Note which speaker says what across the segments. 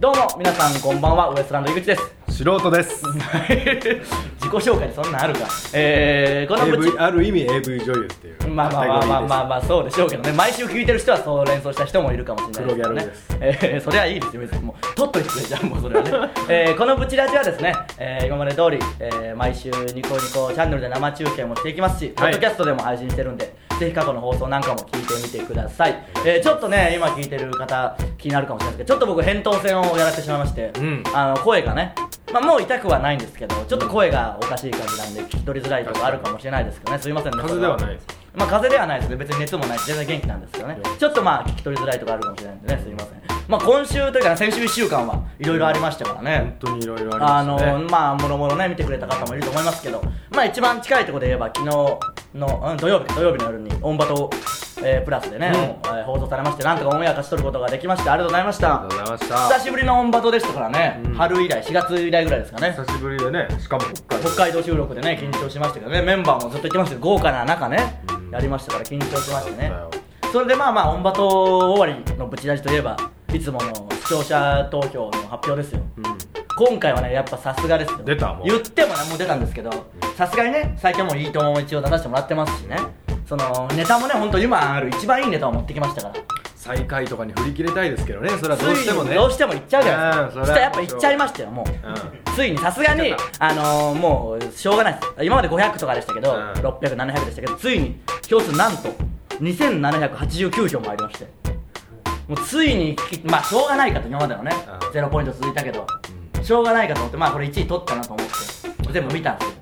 Speaker 1: どうも皆さんこんばんはウエストランド井口です
Speaker 2: 素人です
Speaker 1: 自己紹介にそんなんあるかえー、このぶ
Speaker 2: AV
Speaker 1: ち
Speaker 2: ある意味 AV 女優っていう
Speaker 1: まあまあまあまあまあ
Speaker 2: あ
Speaker 1: まあそうでしょうけどね毎週聞いてる人はそう連想した人もいるかもしれないですね
Speaker 2: 黒
Speaker 1: えー、それはいいですよ別にもう取っといてくれじゃんもうそれはね、 えー、このブチラジはですね、えー、今まで通り、えー、毎週ニコニコチャンネルで生中継もしていきますし、ポッドキャストでも配信してるんでぜひ過去の放送なんかも聞いてみてください、えー、ちょっとね今聞いてる方気になるかもしれないですけどちょっと僕扁桃腺をやらせてしまいまして、
Speaker 2: うん
Speaker 1: あの声がねまあ、もう痛くはないんですけどちょっと声がおかしい感じなんで聞き取りづらいとかあるかもしれないですけどねすいませんね
Speaker 2: 風邪ではないですか
Speaker 1: まあ風邪ではないですね別に熱もないし全然元気なんですけどねちょっとまあ聞き取りづらいとかあるかもしれないんでねすいませんまあ今週というか、ね、先週1週間はいろいろありましたからね
Speaker 2: 本、当にいろいろ
Speaker 1: あ
Speaker 2: ありま
Speaker 1: の
Speaker 2: したね
Speaker 1: まあもろもろね見てくれた方もいると思いますけどまあ一番近いところで言えば昨日の、うん、土曜日土曜日の夜にオンバト、えープラスでね、
Speaker 2: うん
Speaker 1: えー放送されましてなんとかオンエア勝ち取ることができましてありがとうございまし
Speaker 2: あ
Speaker 1: た
Speaker 2: りがとうございまし
Speaker 1: 久
Speaker 2: た
Speaker 1: しぶりのオンバトでしたからね、
Speaker 2: うん
Speaker 1: 春以来4月以来ぐらいですかね
Speaker 2: 久しぶりでねしかも北海道
Speaker 1: 北海道収録でね緊張しましたけどねメンバーもずっと言ってましたけど豪華な中ね、
Speaker 2: うん
Speaker 1: やりましたから緊張しましたね
Speaker 2: そうだよ
Speaker 1: それでまあまあオンバト終わりのブチラジといえばいつもの視聴者投票の発表ですよ今回はねやっぱさすがですよ
Speaker 2: 出たもう
Speaker 1: 言ってもねもう出たんですけどさすがにね最近はもういいともも一応出させてもらってますしねそのネタもね本当今ある一番いいネタを持ってきましたから
Speaker 2: 最下位とかに振り切れたいですけどねそれはどうしても
Speaker 1: つい
Speaker 2: ね
Speaker 1: にどうしても行っちゃうじゃないです
Speaker 2: う
Speaker 1: か
Speaker 2: ん
Speaker 1: そし
Speaker 2: そ
Speaker 1: た
Speaker 2: れ
Speaker 1: ら
Speaker 2: は
Speaker 1: やっぱ行っちゃいましたよもう、
Speaker 2: う
Speaker 1: ついにさすがに
Speaker 2: 行っちゃっ
Speaker 1: あのーもうしょうがないです今まで500とかでしたけど、
Speaker 2: うん
Speaker 1: 600700でしたけどついに票数なんと2789票もありましてもうついにきまあしょうがないかと今までのね、
Speaker 2: うん
Speaker 1: ゼロポイント続いたけど、しょうがないかと思ってまあこれ1位取ったなと思って全部見たんですよ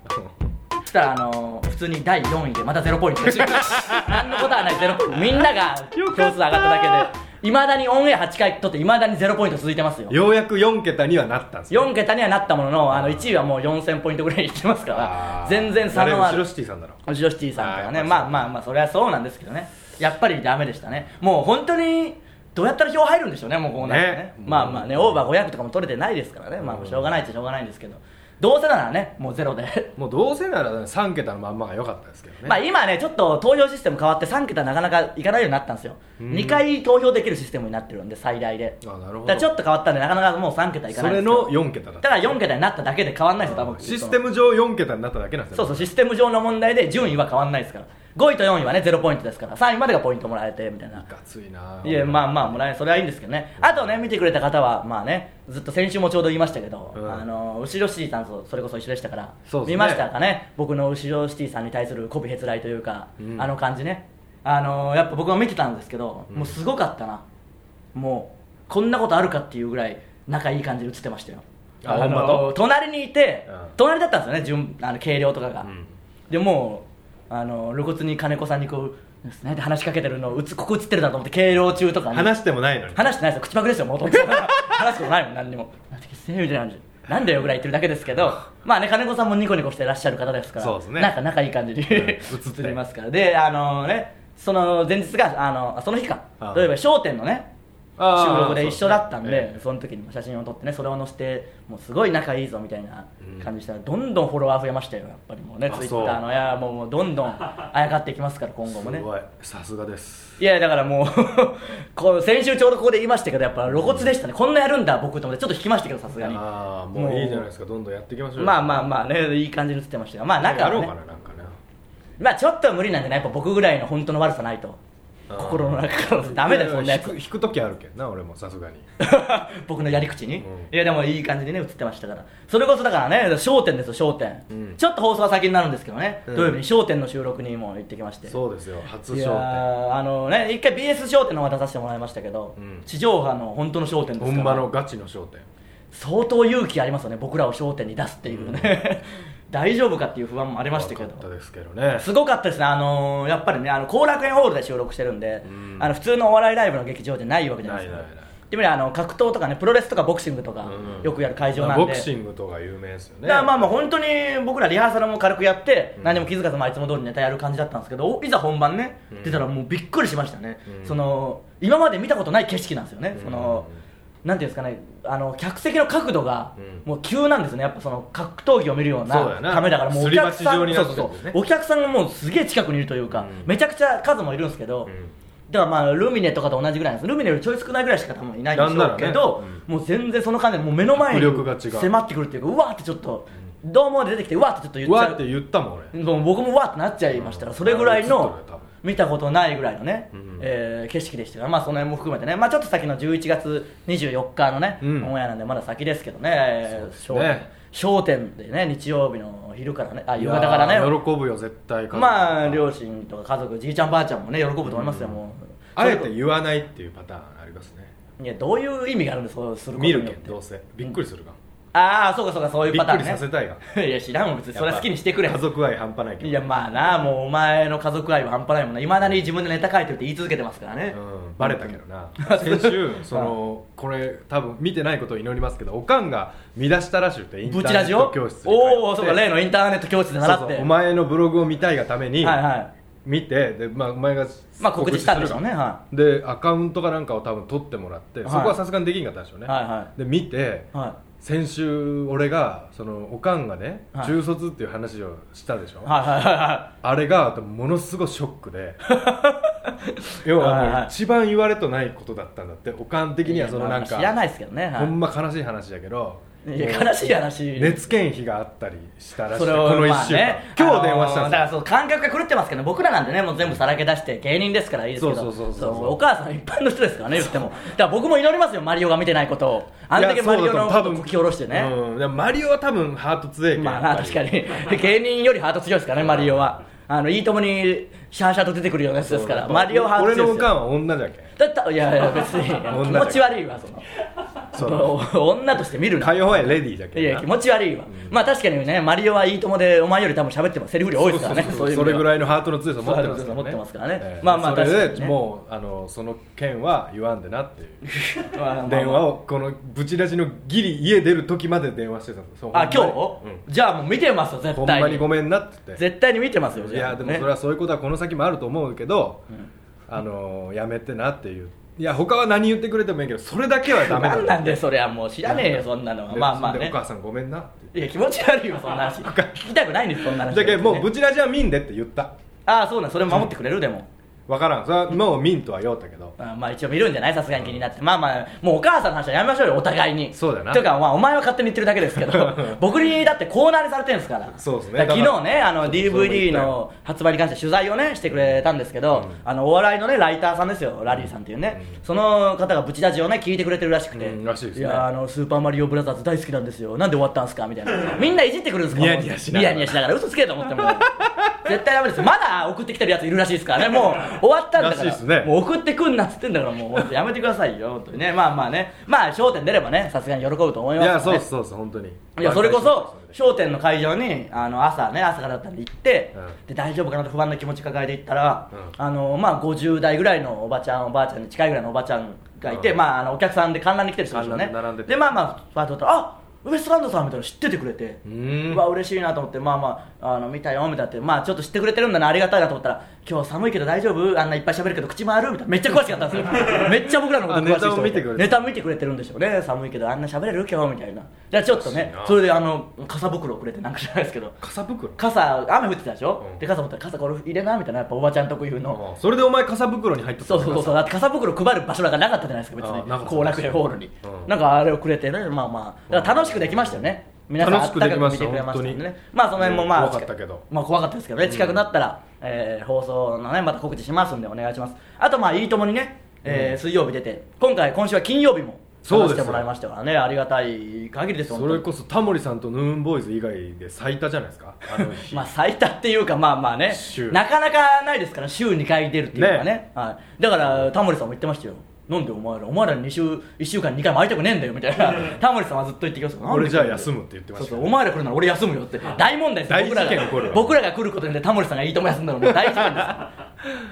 Speaker 1: そしたら、あのー普通に第4位でまたゼロポイント 何のことはないゼロポイントみんなが票数上がっただけでいまだにオンエア8回取っていまだにゼロポイント続いてますよ
Speaker 2: ようやく4桁にはなったんですよ
Speaker 1: 4桁にはなったもののあの1位はもう4000ポイントぐらいいってますから
Speaker 2: あー
Speaker 1: 全然差のあ
Speaker 2: 誰も
Speaker 1: る
Speaker 2: 白シティさんだろ
Speaker 1: 後ろシティさんとかね
Speaker 2: あーやっぱりそう
Speaker 1: まあまあまあそれはそうなんですけどねやっぱりダメでしたねもう本当にどうやったら票入るんでしょうねもうこうなるとね
Speaker 2: ね
Speaker 1: まあまあねオーバー500とかも取れてないですからねまあしょうがないっちゃしょうがないんですけどどうせならねもうゼロで
Speaker 2: もうどうせなら3桁のまんまが良かったですけどね
Speaker 1: まあ今ねちょっと投票システム変わって3桁なかなかいかないようになったんですよ、
Speaker 2: うん
Speaker 1: 2回投票できるシステムになってるんで最大で
Speaker 2: あなるほど
Speaker 1: だからちょっと変わったんでなかなかもう3桁いか
Speaker 2: そ
Speaker 1: ないんで
Speaker 2: れ
Speaker 1: すけど
Speaker 2: の4桁だった
Speaker 1: ただ4桁になっただけで変わんないですよ多分
Speaker 2: システム上4桁になっただけなんです
Speaker 1: そ
Speaker 2: よ
Speaker 1: うそうシステム上の問題で順位は変わんないですから5位と4位はね0ポイントですから3位までがポイントもらえてみたいない
Speaker 2: かついないい
Speaker 1: やまあまあもらえそれはいいんですけどねあとね見てくれた方はまあねずっと先週もちょうど言いましたけど、
Speaker 2: うん
Speaker 1: あの後ろシティさんとそれこそ一緒でしたから、
Speaker 2: そうですね
Speaker 1: 見ましたかね僕の後ろシティさんに対する媚びへつらいというか、
Speaker 2: うん
Speaker 1: あの感じねあのやっぱ僕は見てたんですけど、もうすごかったなもうこんなことあるかっていうぐらい仲いい感じで映ってましたよ
Speaker 2: あ
Speaker 1: あ
Speaker 2: ほんまと
Speaker 1: の隣にいて、
Speaker 2: うん
Speaker 1: 隣だったんですよね順あの軽量とかが、
Speaker 2: うん
Speaker 1: でもうあの露骨に金子さんにこうなんて話しかけてるのうつここ映ってるなと思って計量中とかに
Speaker 2: 話してもないの に
Speaker 1: 話してないですよ口パクですよもうと話すことないもん何にもなんてせえみたいな感じなんだよぐらい言ってるだけですけどまあね金子さんもニコニコしてらっしゃる方ですから
Speaker 2: そうですね
Speaker 1: なんか仲いい感じに映
Speaker 2: 映って
Speaker 1: りますからであのねその前日があのあその日か
Speaker 2: ああ
Speaker 1: 例えば『笑点』のね
Speaker 2: ああ
Speaker 1: 収録で一緒だったんでそ,、
Speaker 2: そうです
Speaker 1: の時
Speaker 2: ねええ
Speaker 1: にも写真を撮ってねそれを載せてもうすごい仲いいぞみたいな感じしたら、どんどんフォロワー増えましたよやっぱりもうね
Speaker 2: あ
Speaker 1: ツイッターのいやもうもうどんどんあやかっていきますから今後もね
Speaker 2: すごいさすがです
Speaker 1: いやだからもう こう先週ちょうどここで言いましたけどやっぱ露骨でしたね、こんなやるんだ僕と思ってちょっと引きましたけどさすがに
Speaker 2: ああもういいじゃないですかどんどんやっていきましょうよ
Speaker 1: まあまあまあねいい感じに映ってましたがまあ中
Speaker 2: や
Speaker 1: は
Speaker 2: ろう
Speaker 1: ね
Speaker 2: かななんかね
Speaker 1: まあちょっとは無理なんじゃないやっぱ僕ぐらいの本当の悪さないと
Speaker 2: あー
Speaker 1: 心の中からダメだよそんなや
Speaker 2: い
Speaker 1: つ
Speaker 2: やいや引く引く時あるけんな俺もさすがに
Speaker 1: 僕のやり口に、
Speaker 2: うん
Speaker 1: いやでもいい感じにね映ってましたからそれこそだからね『笑点』ですよ『笑点』
Speaker 2: うん
Speaker 1: ちょっと放送は先になるんですけどね、
Speaker 2: うん
Speaker 1: 土曜日に『笑点』の収録にも行ってきまして
Speaker 2: そうですよ初
Speaker 1: い
Speaker 2: 焦
Speaker 1: や
Speaker 2: 点
Speaker 1: ーあのね一回 BS 商店の方出させてもらいましたけど、
Speaker 2: うん
Speaker 1: 地上波の本当の商店で
Speaker 2: ほ
Speaker 1: すか
Speaker 2: んま
Speaker 1: ら
Speaker 2: のガチの焦点
Speaker 1: 相当勇気ありますよね僕らを商店に出すっていうね、 大丈夫かっていう不安もありましたけ
Speaker 2: 怖かっ
Speaker 1: ど
Speaker 2: たですけどね
Speaker 1: すごかったですね、あのーやっぱりね、あの後楽園ホールで収録してるんで、
Speaker 2: うん
Speaker 1: あの普通のお笑いライブの劇場じゃないわけじゃないですか、
Speaker 2: ないないない
Speaker 1: でもねあの格闘とかね、プロレスとかボクシングとか、
Speaker 2: うん
Speaker 1: よくやる会場なんで、
Speaker 2: ボクシングとか有名ですよね
Speaker 1: だからまあまあ本当に僕らリハーサルも軽くやって
Speaker 2: うん
Speaker 1: 何も気づかずまあいつも通りネタやる感じだったんですけどおいざ本番ね
Speaker 2: うん
Speaker 1: 出たらもうびっくりしましたね、
Speaker 2: うん
Speaker 1: その今まで見たことない景色なんですよね、
Speaker 2: うん
Speaker 1: そのなんていうんですかねあの客席の角度が
Speaker 2: うん
Speaker 1: もう急なんですねやっぱその格闘技を見るよう
Speaker 2: そう
Speaker 1: な
Speaker 2: やな
Speaker 1: ためだからもうお客
Speaker 2: すり鉢
Speaker 1: さ
Speaker 2: 状
Speaker 1: ん
Speaker 2: に
Speaker 1: そ
Speaker 2: な
Speaker 1: う
Speaker 2: って
Speaker 1: そう
Speaker 2: るんですね
Speaker 1: そうお客さんがもうすげえ近くにいるというか、
Speaker 2: うん
Speaker 1: めちゃくちゃ数もいるんですけど、
Speaker 2: うん
Speaker 1: だからまあルミネとかと同じぐらいなんですルミネよりちょい少ないぐらいしか多分いないんでしょうけど、
Speaker 2: なんならね
Speaker 1: もう全然その間でもう目の前に
Speaker 2: 迫力が違う
Speaker 1: 迫ってくるっていうかうわーってちょっと、どうも出てきてうわーってちょっと言っ
Speaker 2: う
Speaker 1: ちゃ
Speaker 2: わ
Speaker 1: う
Speaker 2: って言ったもん俺
Speaker 1: もう僕もわーってなっちゃいましたからそれぐらい
Speaker 2: うん映っ
Speaker 1: の
Speaker 2: とるよ多分
Speaker 1: 見たことないぐらいのね、
Speaker 2: うん
Speaker 1: えー景色でしたから、まあ、その辺も含めてね、まあ、ちょっと先の11月24日のね、
Speaker 2: うん
Speaker 1: オンエアなんでまだ先ですけどね
Speaker 2: そ
Speaker 1: 商
Speaker 2: うです
Speaker 1: 店
Speaker 2: ね
Speaker 1: 商店でね日曜日の昼からねあ夕方から
Speaker 2: いや
Speaker 1: ね
Speaker 2: ー喜ぶよ絶対
Speaker 1: まあ
Speaker 2: 両
Speaker 1: 両親とか家族じいちゃんばあちゃんもね喜ぶと思いますよ、もう
Speaker 2: あえて言わないっていうパターンありますね
Speaker 1: いやどういう意味があるんですそうすることに
Speaker 2: 見
Speaker 1: よっ
Speaker 2: る
Speaker 1: て
Speaker 2: けんどうせびっくりするが、
Speaker 1: ああそうかそうかそういう
Speaker 2: びっ
Speaker 1: パター
Speaker 2: く
Speaker 1: ン
Speaker 2: り
Speaker 1: ね
Speaker 2: させたいが
Speaker 1: いや知らんもん別にそれは好きにしてくれ
Speaker 2: やっぱ家族愛半端ないけど
Speaker 1: いやまあなもうお前の家族愛は半端ないもんないまだに自分でネタ書いてるって言い続けてますからね、
Speaker 2: うん、バレたけど な先週そのこれ多分見てないことを祈りますけどおかんが見出したらしくてインタ
Speaker 1: ブ
Speaker 2: ー
Speaker 1: チ
Speaker 2: ネ
Speaker 1: ラジ
Speaker 2: ット
Speaker 1: オ
Speaker 2: 教室に通って
Speaker 1: おおそうか例のインターネット教室で習って
Speaker 2: そうそうお前のブログを見たいがために
Speaker 1: はいはい
Speaker 2: 見てで、まあ、お前が
Speaker 1: まあ告知したんでしょうねは
Speaker 2: でアカウントかなんかを多分取ってもらって、
Speaker 1: はい
Speaker 2: そこはさすがにできんかったんでしょうね、
Speaker 1: はいは
Speaker 2: で見て
Speaker 1: いは
Speaker 2: 先週俺がそのおかんがね、
Speaker 1: はい
Speaker 2: 中卒っていう話をしたでしょ、
Speaker 1: いはいはいはいは
Speaker 2: あれがものすごいショック で要は
Speaker 1: はい
Speaker 2: も
Speaker 1: は
Speaker 2: う
Speaker 1: い
Speaker 2: 一番言われとないことだったんだっておかん的
Speaker 1: い
Speaker 2: にはそのなん
Speaker 1: いやまあ知ら
Speaker 2: か
Speaker 1: ないですけどね、は
Speaker 2: ほんま悲しい話だけど
Speaker 1: い、いや悲しい話
Speaker 2: 熱権費があったりしたらしい
Speaker 1: そ
Speaker 2: こ
Speaker 1: れを
Speaker 2: の
Speaker 1: ま
Speaker 2: 1
Speaker 1: あ
Speaker 2: 週間、
Speaker 1: ね、
Speaker 2: 今日電話したん
Speaker 1: あのーだ
Speaker 2: で
Speaker 1: か
Speaker 2: す
Speaker 1: らそ
Speaker 2: よ
Speaker 1: う感覚が狂ってますけど僕らなんてねもう全部さらけ出して芸人ですからいいですけど
Speaker 2: そうそうそうそう
Speaker 1: お母さん一般の人ですからね言ってもだから僕も祈りますよマリオが見てないことをあんだけ
Speaker 2: いや
Speaker 1: マリオの
Speaker 2: そうだ
Speaker 1: こと
Speaker 2: と
Speaker 1: を
Speaker 2: 思う
Speaker 1: こき下ろしてね、
Speaker 2: うん、でもマリオは多分ハート強いけん
Speaker 1: まあ
Speaker 2: やっ
Speaker 1: な
Speaker 2: ぱり
Speaker 1: 確かに芸人よりハート強いですからねマリオはあのいいともにシャーシャーと出てくるようなやつですから
Speaker 2: そう
Speaker 1: マリオハート強い
Speaker 2: 俺のお
Speaker 1: です
Speaker 2: か
Speaker 1: よ
Speaker 2: んは女じゃけん
Speaker 1: だったいやいや別に
Speaker 2: 女
Speaker 1: 気
Speaker 2: だ
Speaker 1: 持ち悪いわその
Speaker 2: そ う
Speaker 1: お女として見るな
Speaker 2: 火
Speaker 1: い
Speaker 2: 曜はレディーじゃけんな
Speaker 1: や気持ち悪いわ、まあ確かにねマリオはいいともでお前より多分喋ってもセリフ量多いですからねそう
Speaker 2: それぐ
Speaker 1: い
Speaker 2: らいのハートの強さ持ってますからね
Speaker 1: 持ってますからね
Speaker 2: ええ
Speaker 1: まあまあ
Speaker 2: それで
Speaker 1: 確かにね
Speaker 2: もうあのその件は言わんでなっていう
Speaker 1: う意味ではまあまあまあ
Speaker 2: 電話をこのブチラジのギリ家出る時まで電話してたのそう
Speaker 1: あ今
Speaker 2: ほん
Speaker 1: 日
Speaker 2: まに、
Speaker 1: じゃあもう見てますよ
Speaker 2: うんほ
Speaker 1: 絶
Speaker 2: んま
Speaker 1: 対
Speaker 2: に
Speaker 1: に
Speaker 2: ごめんなって言って
Speaker 1: 絶対に見てますよ
Speaker 2: い
Speaker 1: じゃあ
Speaker 2: やでも
Speaker 1: ね
Speaker 2: それはそういうことはこの先もあると思うけど、あのやめてなっていういや他は何言ってくれてもいいけどそれだけはダメだ
Speaker 1: なんなんでそれはもう知らねえよそんなのは
Speaker 2: で
Speaker 1: まあまあ
Speaker 2: で
Speaker 1: ね
Speaker 2: お母さんごめんなって
Speaker 1: いや気持ち悪いよそんな話聞きたくないんですそんな話
Speaker 2: だけどもう
Speaker 1: ね
Speaker 2: ブチラジは見んでって言った
Speaker 1: ああそうなんそれ守ってくれるでも
Speaker 2: 分からんそれはもう見んとは言おうたけど
Speaker 1: あまあ一応見るんじゃないさすがに気になってまあまあもうお母さんの話はやめましょうよお互いに
Speaker 2: そうだな
Speaker 1: というかまあお前は勝手に言ってるだけですけど 僕にだってコーナーにされてるんですから
Speaker 2: そうですね
Speaker 1: だから
Speaker 2: だから
Speaker 1: 昨日ねあの
Speaker 2: そうそうそう言
Speaker 1: DVD
Speaker 2: ったよ
Speaker 1: の発売に関して取材をねしてくれたんですけど、あのお笑いのねライターさんですよラリーさんっていうね、その方がブチラジをね聞いてくれてるらしくて、
Speaker 2: うんらしいですね
Speaker 1: やあのスーパーマリオブラザーズ大好きなんですよなんで終わったんですかみたいなみんないじってくるんですか
Speaker 2: ニヤニヤしなが
Speaker 1: ニヤ
Speaker 2: ら
Speaker 1: ニヤしながら嘘つけと思っても絶対ダメですよまだ送ってきてるやついるらしいですからねもう終わったんだから
Speaker 2: らしいっすね
Speaker 1: もう送ってくんなっつってんだからもう本当やめてくださいよ本当にねまあまあねまあ『笑点』出ればねさすがに喜ぶと思い
Speaker 2: い
Speaker 1: ますから
Speaker 2: や
Speaker 1: ね
Speaker 2: そうっすそうっす本当に
Speaker 1: いやそれこそ『
Speaker 2: そ
Speaker 1: 笑点』の会場にあの朝ね朝からだったんで行って、
Speaker 2: うん
Speaker 1: で大丈夫かなと不安な気持ち抱えて行ったら、
Speaker 2: うん
Speaker 1: あのまあ、50代ぐらいのおばちゃんおばあちゃんに近いぐらいのおばちゃんがいて、
Speaker 2: うん
Speaker 1: まあ、あのお客さんで観覧に来てる人ですよね
Speaker 2: 観覧で並んでて
Speaker 1: まあまあパッと撮ったらあウエストランドさんみたいなの知っててくれて
Speaker 2: うーん
Speaker 1: わ嬉しいなと思ってまあまああの見たよみたいになってまあちょっと知ってくれてるんだなありがたいなと思ったら今日寒いけど大丈夫あんないっぱい喋るけど口回るみたいなめっちゃ詳しかったんです よめっちゃ僕らのこと詳しい人
Speaker 2: あネタも見てくれて
Speaker 1: ネタ見てくれてるんでしょうね寒いけどあんな喋れる今日みたいなじゃあちょっと
Speaker 2: 嬉し
Speaker 1: ね
Speaker 2: いな
Speaker 1: それであの傘袋をくれてなんか知らないですけど
Speaker 2: 傘袋
Speaker 1: 傘雨降ってたでしょ、
Speaker 2: うん
Speaker 1: で傘持ったら傘これ入れなみたいなやっぱおばちゃん特有の、
Speaker 2: それでお前傘袋に入っとった
Speaker 1: そうそうそうそう
Speaker 2: う
Speaker 1: だって傘袋配る場所なんかなかったじゃないですか別
Speaker 2: あーなか
Speaker 1: に
Speaker 2: った
Speaker 1: 後楽園ホールに、
Speaker 2: うん
Speaker 1: なんかあれをくれてねまあまあだから楽しくできましたよね皆さんあ
Speaker 2: 楽
Speaker 1: っ
Speaker 2: しく
Speaker 1: た
Speaker 2: で
Speaker 1: か
Speaker 2: き
Speaker 1: く
Speaker 2: ま
Speaker 1: 見
Speaker 2: した
Speaker 1: てくれましたんで
Speaker 2: 本
Speaker 1: ね
Speaker 2: 当に
Speaker 1: まあその辺もまあ
Speaker 2: うん怖かったけど
Speaker 1: まあ怖かったですけどね近くなったら、えー放送のねまた告知しますんでお願いしますあとまあいいともにね、えー水曜日出て今回今週は金曜日も
Speaker 2: そう
Speaker 1: 出
Speaker 2: です
Speaker 1: し
Speaker 2: よ
Speaker 1: てもらいましたからねありがたい限りです本
Speaker 2: そ
Speaker 1: 当に
Speaker 2: れこそタモリさんとヌーンボーイズ以外で最多じゃないですかあの日
Speaker 1: まあ最多っていうかまあまあね
Speaker 2: 週
Speaker 1: なかなかないですから週2回出るっていうのがね
Speaker 2: ね
Speaker 1: はい、だからタモリさんも言ってましたよなんでお前らお前ら2週1週間に2回も会いたくねえんだよみた いなタモリさんはずっと言ってきました
Speaker 2: 俺じゃあ休
Speaker 1: む
Speaker 2: むって言ってま
Speaker 1: そう
Speaker 2: し
Speaker 1: そ
Speaker 2: た
Speaker 1: う
Speaker 2: よ
Speaker 1: お前ら来るなら俺休むよって大問題ですよ
Speaker 2: 大
Speaker 1: 僕ら
Speaker 2: 事件起こる
Speaker 1: が
Speaker 2: わ
Speaker 1: 僕らが来ることによってタモリさんがいいとも休んだのもう大事件です よ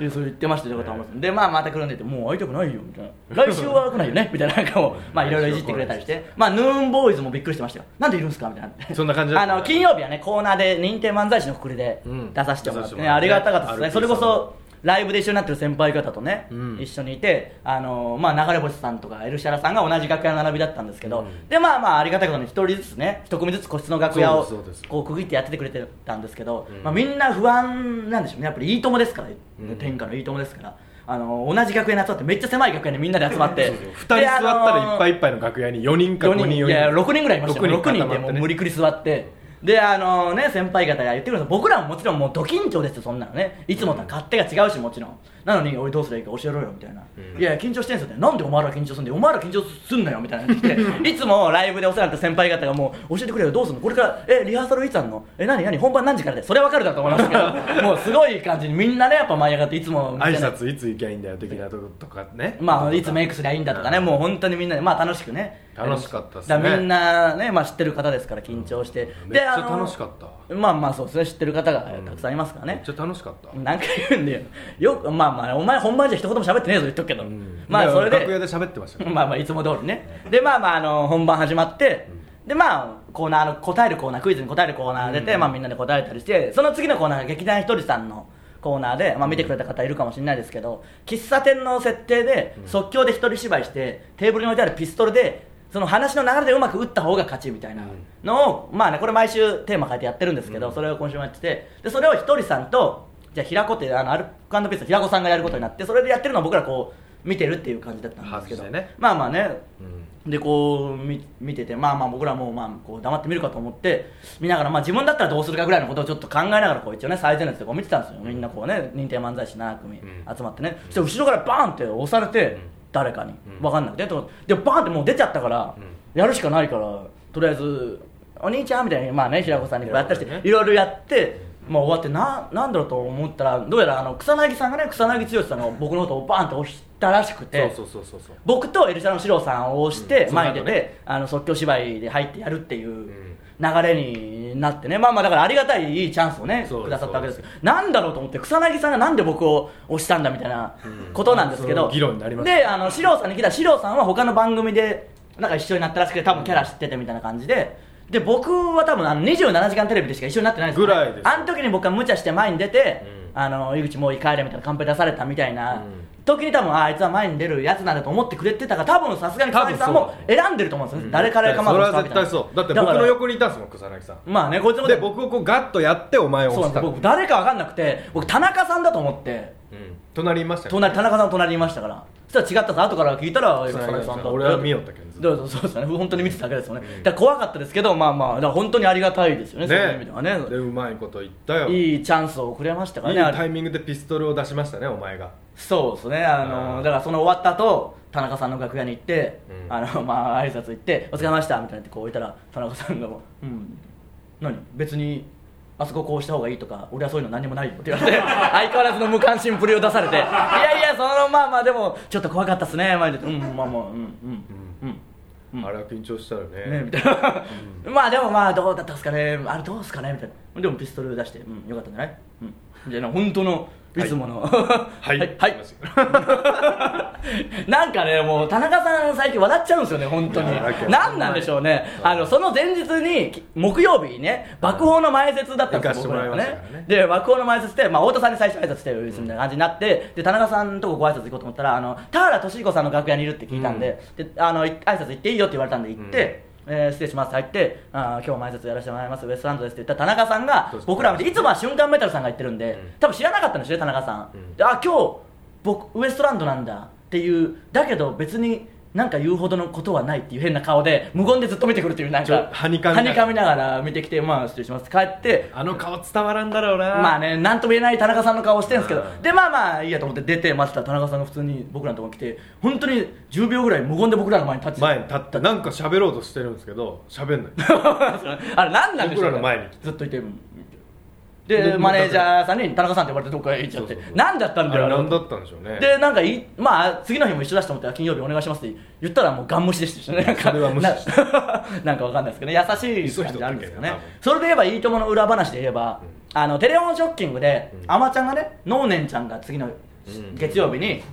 Speaker 1: いやそう言ってましたよタモリさんでまあまた来るんでってもう会いたくないよみた いな来週は来ないよねみたいななんかをまあいろいろいじってくれたりしてまあヌーンボーイズもびっくりしてましたよなんでいるんですかみたいな
Speaker 2: そんな感じだった
Speaker 1: あの金曜日はねコーナーで認定漫才師のくくりで
Speaker 2: うん
Speaker 1: 出させてもらって、ね
Speaker 2: 出させてもら
Speaker 1: あ
Speaker 2: ってね
Speaker 1: りがたかったですね
Speaker 2: RP
Speaker 1: それこそライブで一緒になってる先輩方とね、
Speaker 2: うん
Speaker 1: 一緒にいてあの、まあ、流れ星さんとかエルシャラさんが同じ楽屋の並びだったんですけど、
Speaker 2: うん
Speaker 1: でまあまあありがたいことに一人ずつね一組ずつ個室の楽屋を
Speaker 2: そうですそうです
Speaker 1: こう区切ってやっててくれてたんですけど、
Speaker 2: うん
Speaker 1: まあ、みんな不安なんでしょうねやっぱりいいともですから、
Speaker 2: うん
Speaker 1: 天下のいいともですからあの同じ楽屋に集まってめっちゃ狭い楽屋にみんなで集まって
Speaker 2: そうそう2人座ったらいっぱいいっ
Speaker 1: い
Speaker 2: ぱいの楽屋に4人か5
Speaker 1: 4
Speaker 2: 人
Speaker 1: 人い
Speaker 2: 4人
Speaker 1: や6人ぐらいいましたよ
Speaker 2: 六
Speaker 1: 6
Speaker 2: 人
Speaker 1: 人
Speaker 2: 固ま
Speaker 1: で
Speaker 2: ってね
Speaker 1: もう無理くり座ってであのね先輩方が言ってくれた僕らももちろんもうド緊張ですよそんなのねいつもとは勝手が違うしもちろんなのに俺どうすりゃいいか教えろよみたいな、
Speaker 2: うん
Speaker 1: いやいや緊張してんすよってなんでお前ら緊張すんだよお前ら緊張すんなよみたいなって言 っていつもライブでお世話になった先輩方がもう教えてくれよどうすんのこれからえリハーサルいつあんのえ何何本番何時からでそれわかるだと思いますけ どもうすごい感じにみんなねやっぱ舞い上がっていつも
Speaker 2: 挨拶いつ行きゃいいんだよ的なとことかね
Speaker 1: まあ、いつメイクすりゃいいんだとかね、もう本当にみんなで、まあ、楽しくね
Speaker 2: 楽しかったっすね
Speaker 1: だらみんなね、まあ、知ってる方ですから緊張して、
Speaker 2: め
Speaker 1: で
Speaker 2: っちゃ
Speaker 1: あの
Speaker 2: 楽しかったわ
Speaker 1: まあまあそうですね知ってる方が
Speaker 2: うん
Speaker 1: たくさんいますから
Speaker 2: めっ
Speaker 1: ね
Speaker 2: ち、ゃ楽しかった
Speaker 1: 何回言うんだよよくまあまあお前本番じゃ一言も喋ってねえぞ言っとくけど、
Speaker 2: うん
Speaker 1: まあそれで
Speaker 2: 楽屋で喋ってました よ
Speaker 1: まあまあいつも通りねでまあまああの本番始まって、でまあコーナーの答えるコーナークイズに答えるコーナー出て、まあ、みんなで答えたりしてその次のコーナーが劇団ひとりさんのコーナーで、まあ、見てくれた方いるかもしれないですけど喫茶店の設定で即興で一人芝居してテーブルに置いてあるピストルでその話の流れでうまく打った方が勝ちみたいなのを、まあねこれ毎週テーマ変えてやってるんですけど、それを今週もやっててでそれをひとりさんとじゃあ平子ってあのアルコピースの平子さんがやることになってそれでやってるのを僕らこう見てるっていう感じだったんですけど、
Speaker 2: 外してね
Speaker 1: まあまあね、
Speaker 2: う
Speaker 1: でこう見見ててまあまあ僕らもまあこう黙って見るかと思って見ながらまあ自分だったらどうするかぐらいのことをちょっと考えながらこう一応ね最前列でこう見てたんですよみんなこうね認定漫才師7組
Speaker 2: うん
Speaker 1: 集まってね、そして後ろからバーンって押されて、
Speaker 2: ん
Speaker 1: 誰かに
Speaker 2: うん
Speaker 1: 分かんなくてとでバーンってもう出ちゃったから、
Speaker 2: う
Speaker 1: やるしかないからとりあえずお兄ちゃんみたいにまあね平子さんにこうやったりして、
Speaker 2: ね
Speaker 1: いろいろやって、まあ、終わってななんだろうと思ったらどうやらあの草薙さんがね草薙剛さんの僕のことをバーンって押したらしくて
Speaker 2: そうそうそうそうそう
Speaker 1: 僕とエルシャラのシロさんを押し
Speaker 2: う
Speaker 1: て
Speaker 2: ん
Speaker 1: 前に出
Speaker 2: その後ね
Speaker 1: て、あの即興芝居で入ってやるっていうんう流れになってねまあまあだからありがたいいいチャンスをね
Speaker 2: そうで
Speaker 1: くだ
Speaker 2: す
Speaker 1: さったわけですけどなんだろうと思って草薙さんがなんで僕を押したんだみたいな
Speaker 2: うん
Speaker 1: ことなんですけ
Speaker 2: そ
Speaker 1: ど、
Speaker 2: の議論になります
Speaker 1: であのシロさんに聞いたらシロさんは他の番組でなんか一緒になったらしくて多分キャラ知っててみたいな感じで。で僕は多分あの27時間テレビでしか一緒になってないんですよ
Speaker 2: ぐらいです
Speaker 1: あの時に僕は無茶して前に出て、
Speaker 2: うん
Speaker 1: あの井口もういい帰れみたいなカンペ出されたみたいな、
Speaker 2: うん
Speaker 1: 時に多分ああいつは前に出るやつなんだと思ってくれてたから多分さすがに草薙さんも
Speaker 2: 多分そう
Speaker 1: 選んでると思うんですよ、誰からかま
Speaker 2: そ
Speaker 1: ず
Speaker 2: れは絶対そうだって僕の横にいたんですもん草薙さん
Speaker 1: まあねこいつも
Speaker 2: で僕をこうガッとやってお前を
Speaker 1: そうなん
Speaker 2: 押し
Speaker 1: で
Speaker 2: た
Speaker 1: す僕誰か分かんなくて僕田中さんだと思って
Speaker 2: うん隣いましたよ
Speaker 1: 隣田中さんの隣にいましたからそしたら違ったさ後から聞いたら
Speaker 2: そう
Speaker 1: 草薙さんだ
Speaker 2: 俺は見よったけどずっと
Speaker 1: どうぞそうですよね本当に見てただけですよね、
Speaker 2: うん
Speaker 1: だから怖かったですけどまあまあだから本当にありがたいですよねそういう意味ではね
Speaker 2: でうまいこと言ったよいい
Speaker 1: いいチャンスをくれましたからねあれ
Speaker 2: タイミングでピストルを出しましたねお前が
Speaker 1: そうですねあの
Speaker 2: うん
Speaker 1: だからその終わった後田中さんの楽屋に行って、
Speaker 2: うん
Speaker 1: あのまあ挨拶行って「お疲れ様でした」みたいなってこう置いたら田中さんがもう「うん何別にあそここうした方がいいとか俺はそういうの何もないよ」って言われて 相変わらずの無関心ぶりを出されて「いやいやそのまあまあでもちょっと怖かったっすね」前で「うんまあまあうんうんうんうん
Speaker 2: あれは緊張したよね
Speaker 1: ねみたいな、 まあでもまあどうだったっすかねあれどうっすかねみたいなでもピストル出してうんよかったんじゃない、うん、みたいな本当のいつもの
Speaker 2: はい
Speaker 1: はい、はい、 なんかねもう田中さん最近笑っちゃうんですよね本当に
Speaker 2: いや笑っちゃう
Speaker 1: 何なんでしょうねあのその前日にき木曜日にね爆砲の前説だったんですよ
Speaker 2: 行かせてもらいましたからね
Speaker 1: 僕らねで爆砲の前説で、まあ、太田さんに最初挨拶してみたいな感じになってで田中さんのとこご挨拶行こうと思ったらあの田原俊彦さんの楽屋にいるって聞いたんで,、であのい挨拶行っていいよって言われたんで行って、えー失礼しますって入ってあー今日も挨拶やらせてもらいますウエストランドですって言ったら田中さんが
Speaker 2: どうぞ
Speaker 1: 僕らを見ていつもは瞬間メタルさんが言ってるんで、
Speaker 2: うん
Speaker 1: 多分知らなかったんですよね田中さん、
Speaker 2: うん
Speaker 1: であ今日僕ウエストランドなんだっていうだけど別になんか言うほどのことはないっていう変な顔で無言でずっと見てくるっていうなん
Speaker 2: ちょ
Speaker 1: か
Speaker 2: はにかみながら
Speaker 1: みながら見てきてまあ失礼します帰って
Speaker 2: あの顔伝わらんだろうな
Speaker 1: まあねなんとも言えない田中さんの顔してるんですけど
Speaker 2: うん
Speaker 1: でまあまあいいやと思って出て待ってたら田中さんが普通に僕らのとこに来て本当に10秒ぐらい無言で僕らの前に立ち
Speaker 2: 前に立ったなんか喋ろうとしてるんですけど喋んない
Speaker 1: あれ何なんでしょうね
Speaker 2: 僕らの前に
Speaker 1: ずっといてうん
Speaker 2: で
Speaker 1: でマネージャーさんに「田中さん」って呼ばれてどっかへ行っちゃって
Speaker 2: そうそうそう
Speaker 1: 何だったんだよ
Speaker 2: あ
Speaker 1: あれ
Speaker 2: れ
Speaker 1: は
Speaker 2: 何だったんでしょうね
Speaker 1: でなんかいまあ次の日も一緒だしと思ったら金曜日お願いしますって言ったらもうガン無視でしたしねなんか
Speaker 2: それは無視でし
Speaker 1: な なんかわかんないですけどね優しい感じあるんですけどね
Speaker 2: 急いどったんだよな多分
Speaker 1: それで言えばいいともの裏話で言えば、あのテレオンショッキングで、
Speaker 2: うん
Speaker 1: あまちゃんがね能年ちゃんが次の
Speaker 2: ん
Speaker 1: 月曜日に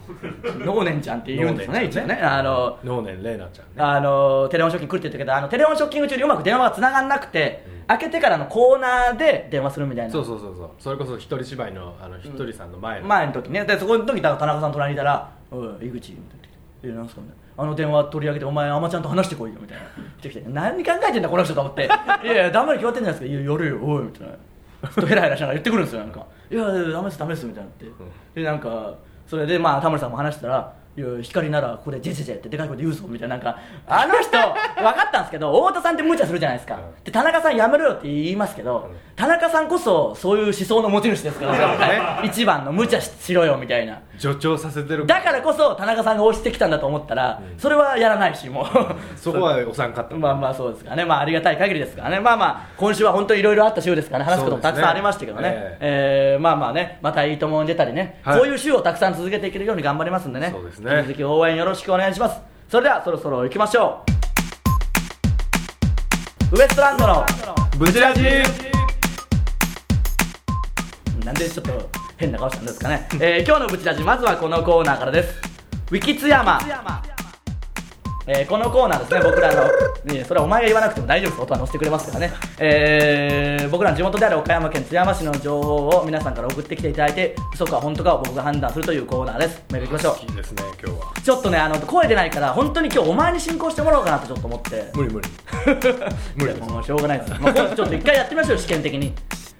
Speaker 1: 能年、ちゃんって言うんですよね
Speaker 2: 能年ち
Speaker 1: 一
Speaker 2: ゃ
Speaker 1: 応
Speaker 2: んね
Speaker 1: ねあの
Speaker 2: 能年玲奈ちゃんね
Speaker 1: あのテレフォンショッキング来るって言ったけどあのテレフォンショッキング中にうまく電話が繋がんなくて、開けてからのコーナーで電話するみたいな
Speaker 2: そうそうそうそうそれこそ一人芝居のあの一人さんの前の
Speaker 1: 前の時ねでそこの時だから田中さん隣にいたら「おい井口」みたいな「えなんすか?」みたいな「あの電話取り上げてお前あまちゃんと話してこいよ」みたいなってきて「何考えてんだこの人」と思って 「いやいや黙る決まってんじゃないですかいややるよおい」みたいなちょっとヘラヘラしながら言ってくるんですよなんか「いやいやダメですダメです」みたいになってでなんかそれでまあタモリさんも話したら「いや光ならここでジェジェジェってでかい声で言うぞ」みたいななんかあの人分かったんですけど太田さんって無茶するじゃないですか、
Speaker 2: うん
Speaker 1: で田中さんやめろよって言いますけど、
Speaker 2: うん
Speaker 1: 田中さんこそそういう思想の持ち主ですから、
Speaker 2: そうだね
Speaker 1: 一番の無茶ししろよみたいな
Speaker 2: 助長させてる
Speaker 1: だからこそ田中さんが押してきたんだと思ったら、
Speaker 2: うん
Speaker 1: それはやらないしもう
Speaker 2: そこはおさんかった
Speaker 1: まあまあそうですかね、まあ、ありがたい限りですからね、まあまあ、今週は本当にいろいろあった週ですからね、話すこともたくさんありましたけどね、
Speaker 2: そうですね
Speaker 1: えーまあまあね、またいいともに出たりね、
Speaker 2: はい
Speaker 1: こういう週をたくさん続けていけるように頑張りますんでね、
Speaker 2: そうですね
Speaker 1: 引き続き応援よろしくお願いします。それではそろそろ行きましょう。ウエストランドの、
Speaker 2: ブチラジ
Speaker 1: なんでちょっと変な顔したんですかね、えー今日のブチラジ、まずはこのコーナーからです。ウィキツヤマえーこのコーナーですね、僕らの、いやそれはお前が言わなくても大丈夫です、音は載せてくれますからね、えー僕らの地元である岡山県津山市の情報を皆さんから送ってきていただいて、嘘か本当かを僕が判断するというコーナーです、メールいきましょ
Speaker 2: 好きですね今日は
Speaker 1: う、ちょっとね、あの声出ないから、本当に今日、お前に進行してもらおうかなとちょっと思って、
Speaker 2: 無理無理 無理
Speaker 1: い
Speaker 2: で
Speaker 1: や
Speaker 2: す
Speaker 1: もうしょうがないです、まあ、今度ちょっと一回やってみましょう、試験的に、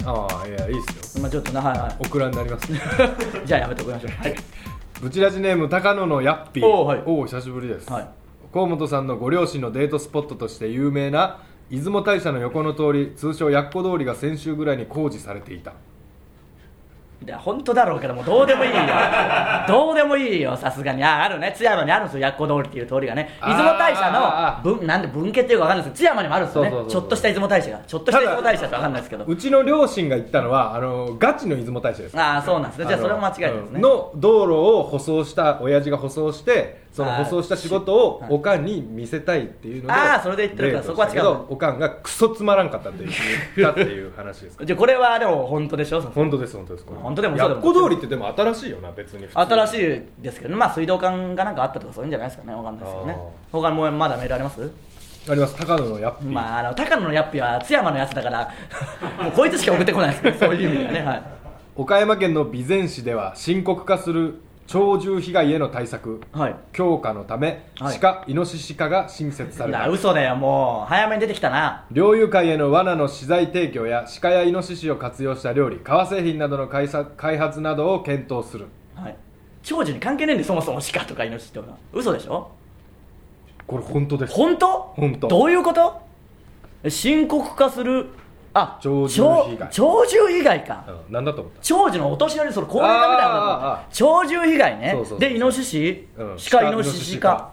Speaker 2: ああいやいいっすよ
Speaker 1: まあ、ちょっとな、はいは
Speaker 2: オクラになります ね
Speaker 1: い、じゃあやめておきましょう、はい、
Speaker 2: ブチラジネーム高野のヤッピー
Speaker 1: おうはい
Speaker 2: おう久しぶりです、
Speaker 1: はい
Speaker 2: 河本さんのご両親のデートスポットとして有名な出雲大社の横の通り通称やっこ通りが先週ぐらいに工事されていた
Speaker 1: いや本当だろうけどもうどうでもいい よどうでもいいよさすがにああるね津山にあるんですよやっこ通りっていう通りがね
Speaker 2: あ
Speaker 1: 出
Speaker 2: ー
Speaker 1: 雲大社
Speaker 2: あー
Speaker 1: の分なんで分家っていうかわかんないですけど津山にもあるんですよね
Speaker 2: そうそうそう
Speaker 1: ちょっとした出雲大社がちょっとした出雲大社ってわかんないですけど
Speaker 2: うちの両親が行ったのはあのガチの出雲大社です
Speaker 1: ああそうなんですねじゃあ
Speaker 2: の
Speaker 1: それも間違いないですね
Speaker 2: の道路を舗装した親父が舗装してその
Speaker 1: あー
Speaker 2: 舗装した仕事を
Speaker 1: し
Speaker 2: おかんに見せたいっていうので
Speaker 1: あーそれで言ってるから
Speaker 2: デートしたけど
Speaker 1: そこは違う
Speaker 2: おかんがクソつまらんかったって言ったっていう話 です
Speaker 1: じゃあこれはでも本当でしょその
Speaker 2: 本当です本当ですこれ
Speaker 1: 本当でもそう
Speaker 2: や
Speaker 1: で
Speaker 2: っ
Speaker 1: も
Speaker 2: こ通りってでも新しいよな別に
Speaker 1: 新し
Speaker 2: い
Speaker 1: いですけどねまあ水道管がなんかあったとかそういうんじゃないですかねわかんないですよね
Speaker 2: あー
Speaker 1: 他もまだメールあります
Speaker 2: あります高野のやっぴー、
Speaker 1: まああの高野のやっぴは津山のやつだから もうこいつしか送ってこないですけどそういう意味ではねはい
Speaker 2: 岡山県の備前市では深刻化する鳥獣被害への対策
Speaker 1: はい
Speaker 2: 強化のため、
Speaker 1: はい
Speaker 2: 鹿イノシシ化が新設され
Speaker 1: な
Speaker 2: た
Speaker 1: 嘘だよもう早めに出てきたな
Speaker 2: 猟友会への罠の資材提供や鹿やイノシシを活用した料理革製品などの開さ開発などを検討する
Speaker 1: はい長寿に関係ねえんでそもそも鹿とかイノシシとか嘘でしょ
Speaker 2: これ本当です
Speaker 1: 本当
Speaker 2: 本当
Speaker 1: どういうことえ深刻化するあ
Speaker 2: 鳥獣被
Speaker 1: 鳥
Speaker 2: 害
Speaker 1: 鳥獣被害か、
Speaker 2: うん何だと思った
Speaker 1: 長寿のお年寄りその高齢化みたいなこと
Speaker 2: あーあーあ
Speaker 1: 鳥獣被害ね
Speaker 2: そうそうそう
Speaker 1: でイノシシ、
Speaker 2: うん
Speaker 1: 鹿
Speaker 2: 鹿
Speaker 1: イノシ
Speaker 2: イノシ
Speaker 1: シ
Speaker 2: シ
Speaker 1: か
Speaker 2: か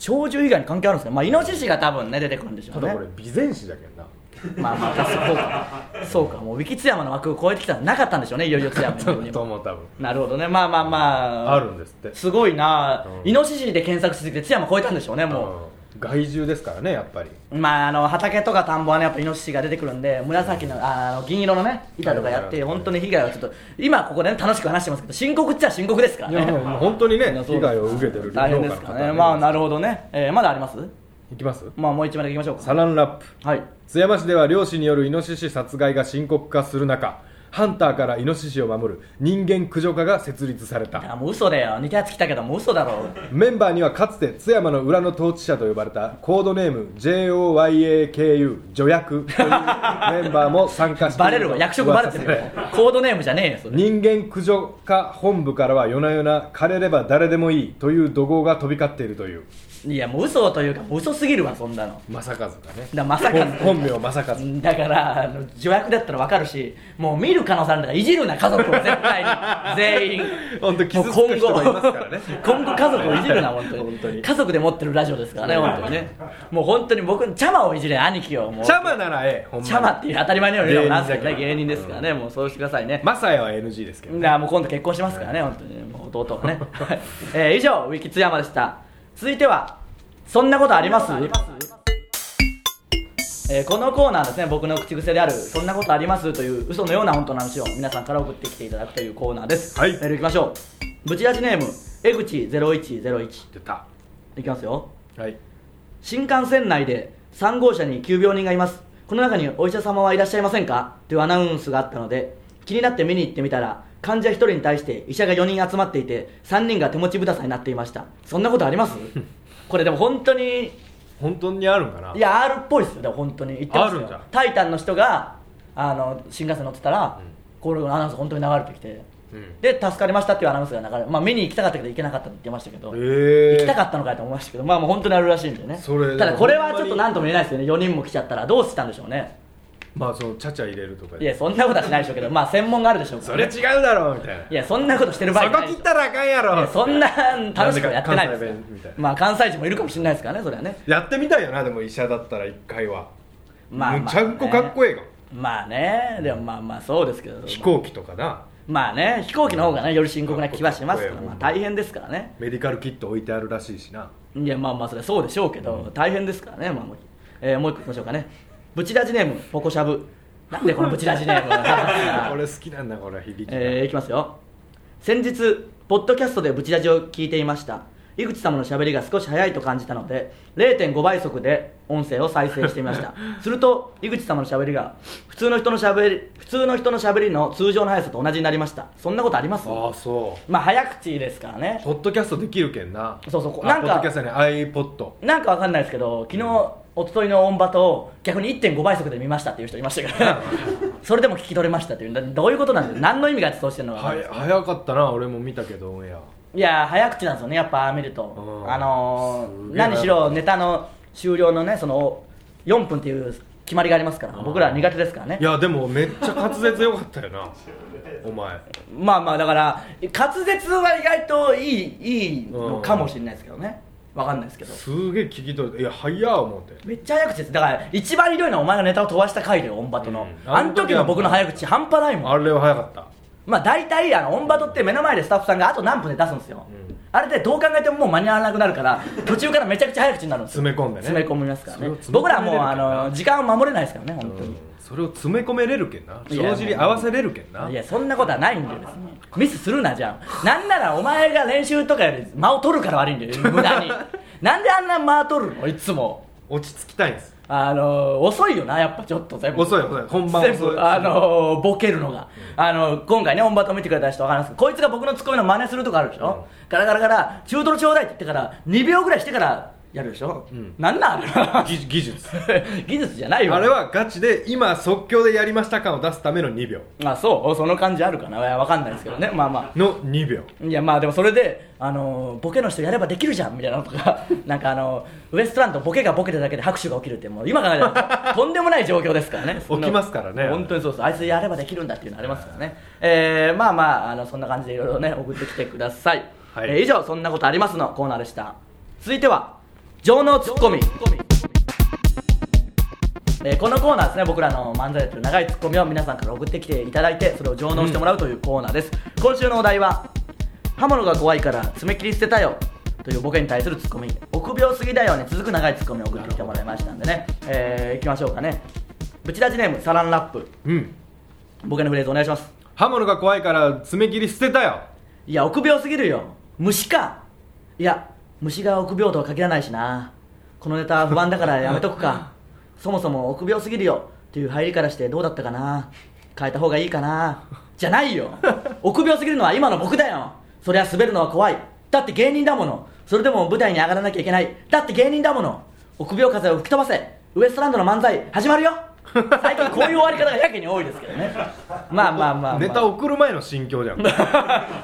Speaker 1: 鳥獣被害に関係あるんですねまあイノシシが多分ね出てくるんでしょ
Speaker 2: た
Speaker 1: うね
Speaker 2: だこれ備前市だけどな
Speaker 1: まあまあ確かにそうかそうかもうウィキ津山の枠を超えてきたらなかったんでしょうねいよいよ津山の方に
Speaker 2: と
Speaker 1: も
Speaker 2: 思う多分
Speaker 1: なるほどねまあまあまあ
Speaker 2: あるんですって
Speaker 1: すごいな、
Speaker 2: うん
Speaker 1: イノシシで検索しすぎて津山超えたんでしょうねも
Speaker 2: うん害獣ですからねやっぱり
Speaker 1: う、まああの畑とか田んぼはねやっぱイノシシが出てくるんで紫のああの銀色のね板とかやっ
Speaker 2: は
Speaker 1: て
Speaker 2: い
Speaker 1: 本当に被害はちょっと今ここで、ね、楽しく話してますけど深刻っちゃ深刻ですから
Speaker 2: いやもう
Speaker 1: ね
Speaker 2: もう本当にね
Speaker 1: そう
Speaker 2: 被害を受けてる
Speaker 1: 大変
Speaker 2: 農家
Speaker 1: です
Speaker 2: の方
Speaker 1: か
Speaker 2: は
Speaker 1: らねまあな
Speaker 2: る
Speaker 1: るほどね、えーまだあります
Speaker 2: いきます
Speaker 1: まあもう一枚だけいきましょうか
Speaker 2: サランラップ
Speaker 1: はい
Speaker 2: 津山市では漁師によるイノシシ殺害が深刻化する中ハンターからイノシシを守る人間駆除課が設立された
Speaker 1: あもう嘘だよ似たやつ来たけどもう嘘だろ
Speaker 2: メンバーにはかつて津山の裏の統治者と呼ばれたコードネーム JOYAKU 助役というメンバーも参加してい
Speaker 1: バレ るわ役職バレてるよ
Speaker 2: 噂され
Speaker 1: コードネームじゃねえよそれ
Speaker 2: 人間駆除課本部からは夜な夜な枯れれば誰でもいいという怒号が飛び交っているという
Speaker 1: いやもう嘘というかもう嘘すぎるわそんなの
Speaker 2: 正和がね
Speaker 1: だまさかの
Speaker 2: 本本 名正和
Speaker 1: だからあの助役だったら分かるしもう見る可能性あるんだからいじるな家族を絶対に 全員
Speaker 2: 本当傷つく人がいますからね
Speaker 1: も う今後今後家族をいじるな本当に
Speaker 2: 本当に
Speaker 1: 家族で持ってるラジオですからね本当にねもう本当に僕のチャマをいじれ兄貴をもう
Speaker 2: チャマならええほんまに
Speaker 1: チャマっていう当たり前のように言うのもなんですけどね芸
Speaker 2: 芸
Speaker 1: 人
Speaker 2: 人
Speaker 1: で
Speaker 2: だ
Speaker 1: す
Speaker 2: けど
Speaker 1: からねもうそうしてくださいね
Speaker 2: マサヤは NG ですけど
Speaker 1: いやもう今度結婚しますからね、本当にもう弟はね、はいえー以上ウィキ津山でした続いてはそんなことありますえーこのコーナーですね僕の口癖である「そんなことあります」という嘘のような本当の話を皆さんから送ってきていただくというコーナーです、
Speaker 2: はい
Speaker 1: メールいきましょうブチラジネーム江口0101
Speaker 2: 出た
Speaker 1: いきますよ
Speaker 2: はい
Speaker 1: 新幹線内で3号車に急病人がいますこの中にお医者様はいらっしゃいませんかというアナウンスがあったので気になって見に行ってみたら患者1人に対して医者が4人集まっていて3人が手持ちぶたさになっていましたそんなことあり ますこれでも本当に
Speaker 2: 本当にあるんかない
Speaker 1: や R っぽいですよでも本当に言ってます
Speaker 2: あるん
Speaker 1: よ
Speaker 2: だ
Speaker 1: タイタンの人があの新幹線乗ってたら、
Speaker 2: うん
Speaker 1: これのアナウンス本当に流れてきて
Speaker 3: うん
Speaker 1: で助かりましたっていうアナウンスが流れ、まあ、見に行きたかったけど行けなかったって言ってましたけど、
Speaker 2: え
Speaker 1: 行きたかったのかと思いましたけどまあもう本当にあるらしいんでね
Speaker 2: それ
Speaker 1: ただこれはちょっと何とも言えないですよね4人も来ちゃったらどうしたんでしょうね
Speaker 2: まあそのチャチャ入れるとか
Speaker 1: い
Speaker 2: で
Speaker 1: やそんなことはしないでしょうけどまあ専門があるでしょうか
Speaker 3: そ
Speaker 1: ら
Speaker 3: れ
Speaker 1: ね、
Speaker 3: 違うだろうみたいない
Speaker 1: やそんなことしてる場合じゃ
Speaker 3: そ
Speaker 1: な
Speaker 3: こ切
Speaker 1: い
Speaker 3: っ
Speaker 1: でしょ
Speaker 3: たらあかんやろ
Speaker 1: いやそんな楽しくはやってないですよ
Speaker 2: なんでか関西弁みたいな
Speaker 1: まあ関西人もいるかもしれないですからねそれはね
Speaker 3: やってみたいよなでも医者だったら一回は
Speaker 1: まあまあね
Speaker 3: むちゃんこかっこええが
Speaker 1: まあねでもまあまあそうですけど
Speaker 3: 飛行機とかな
Speaker 1: まあね飛行機の方がねより深刻な気はしますから、まあ、大変ですからね
Speaker 2: メディカルキット置いてあるらしいしない
Speaker 1: やまあまあそれはそうでしょうけど、大変ですからね、まあもうえーもう一個いきましょうかねブチラジネームポコシャブなんでこのブチラジネーム
Speaker 3: これ好きなんだこれ響きが、
Speaker 1: えー、いきますよ先日ポッドキャストでブチラジを聞いていました井口様のしゃべりが少し早いと感じたので0.5倍速で音声を再生してみました すると井口様のしゃべりが普通の人のしゃべり普通の人のしゃべりの通常の速さと同じになりましたそんなことあります
Speaker 2: ああそ
Speaker 1: まあ早口ですからね
Speaker 2: うポッドキャストできるけんな
Speaker 1: そうそう
Speaker 2: あ
Speaker 1: なんか
Speaker 2: ポッドキャストね iPod
Speaker 1: なんかわかんないですけど昨日一昨日のオンバトを逆に1.5倍速で見ましたっていう人いましたから それでも聞き取れましたっていうだどういうことなんですか何の意味があってそうしてるのかわかん
Speaker 2: は
Speaker 1: ない
Speaker 2: い
Speaker 1: です
Speaker 2: 早かったな俺も見たけどオンエア
Speaker 1: いやー早口なんですよねやっぱ見ると、
Speaker 2: うん
Speaker 1: あの
Speaker 2: す
Speaker 1: ー
Speaker 2: げえな
Speaker 1: 何しろネタの終了のねその4分っていう決まりがありますから
Speaker 2: うん
Speaker 1: 僕らは苦手ですからね
Speaker 2: いやでもめっちゃ滑舌よかったよなお前
Speaker 1: まあまあだから滑舌は意外といいいいのかもしれないですけどねわかんないですけど
Speaker 2: すげえ聞き取れていや早っ思って
Speaker 1: めっちゃ早口ですだから一番ひどいのはお前がネタを飛ばした回でオンバトの、
Speaker 2: うん
Speaker 1: あの時の僕の早口半端ないもん
Speaker 2: あれは早かった
Speaker 1: まあ大体あのオンバトって目の前でスタッフさんがあと何分で出すんですよ、
Speaker 2: うん
Speaker 1: あれでどう考えてももう間に合わなくなるから途中からめちゃくちゃ早口になるんですよ
Speaker 2: 詰め込んでね
Speaker 1: 詰め込みますから
Speaker 2: それ
Speaker 1: ね
Speaker 2: を詰め
Speaker 1: 僕
Speaker 2: 込めれ
Speaker 1: ら
Speaker 2: る
Speaker 1: はもうあの時間を守れないですからね本当
Speaker 2: う
Speaker 1: に
Speaker 2: ん、それを詰め込めれるけんない
Speaker 1: や
Speaker 2: 帳尻合わせれるけんない
Speaker 1: やそんなことはないんで別にミスするなじゃあなんならお前が練習とかより間を取るから悪いん だよ無駄になんであんな間取るのいつも
Speaker 2: 落ち着きたいんです
Speaker 1: あの遅いよなやっぱちょっと全部
Speaker 2: 遅い遅い本番
Speaker 1: 全
Speaker 2: 遅い
Speaker 1: 部あのーボケるのが、あのー今回ねオンバト見てくれた人わかりますけどこいつが僕のツッコミの真似するとこあるでしょ、ガラガラガラ中トロちょうだいって言ってから2秒ぐらいしてからやるでしょ、
Speaker 2: ん
Speaker 1: なんなん あれ
Speaker 2: 技技術
Speaker 1: は技術じゃないよ
Speaker 2: あれはガチで今即興でやりました感を出すための2秒
Speaker 1: まあそうその感じあるかないやわかんないですけどねまあま
Speaker 2: の2秒
Speaker 1: あいやまあでもそれで、あのーボケの人やればできるじゃんみたいなのと かなんかあのーウエストランドボケがボケただけで拍手が起きるってもう今考えた らとんでもない状況ですからねそんな
Speaker 2: 起きますからね
Speaker 1: 本当にそうそうあいつやればできるんだっていうのありますからね、えー、まあまああのそんな感じでいろいろね送ってきてください、
Speaker 2: はい
Speaker 1: えー以上「そんなことあります」のコーナーでした続いては情のツッコミえーこのコーナーですね僕らの漫才やってる長いツッコミを皆さんから送ってきていただいてそれを上納してもらうというコーナーです、今週のお題は「刃物が怖いから爪切り捨てたよ」というボケに対するツッコミ「臆病すぎだよ」に続く長いツッコミを送ってきてもらいましたんでねえー、いきましょうかねブチラジネームサランラップ
Speaker 2: うん
Speaker 1: ボケのフレーズお願いします
Speaker 2: 刃物が怖いから爪切り捨てたよ
Speaker 1: いや臆病すぎるよ虫かいや虫が臆病とは限らないしなこのネタ不安だからやめとくかそもそも臆病すぎるよという入りからしてどうだったかな変えた方がいいかなじゃないよ臆病すぎるのは今の僕だよそりゃ滑るのは怖いだって芸人だものそれでも舞台に上がらなきゃいけないだって芸人だもの臆病風を吹き飛ばせウエストランドの漫才始まるよ最近こういう終わり方がやけに多いですけどねまあまあまあ、まあ、
Speaker 2: ネタ送る前の心 境じゃん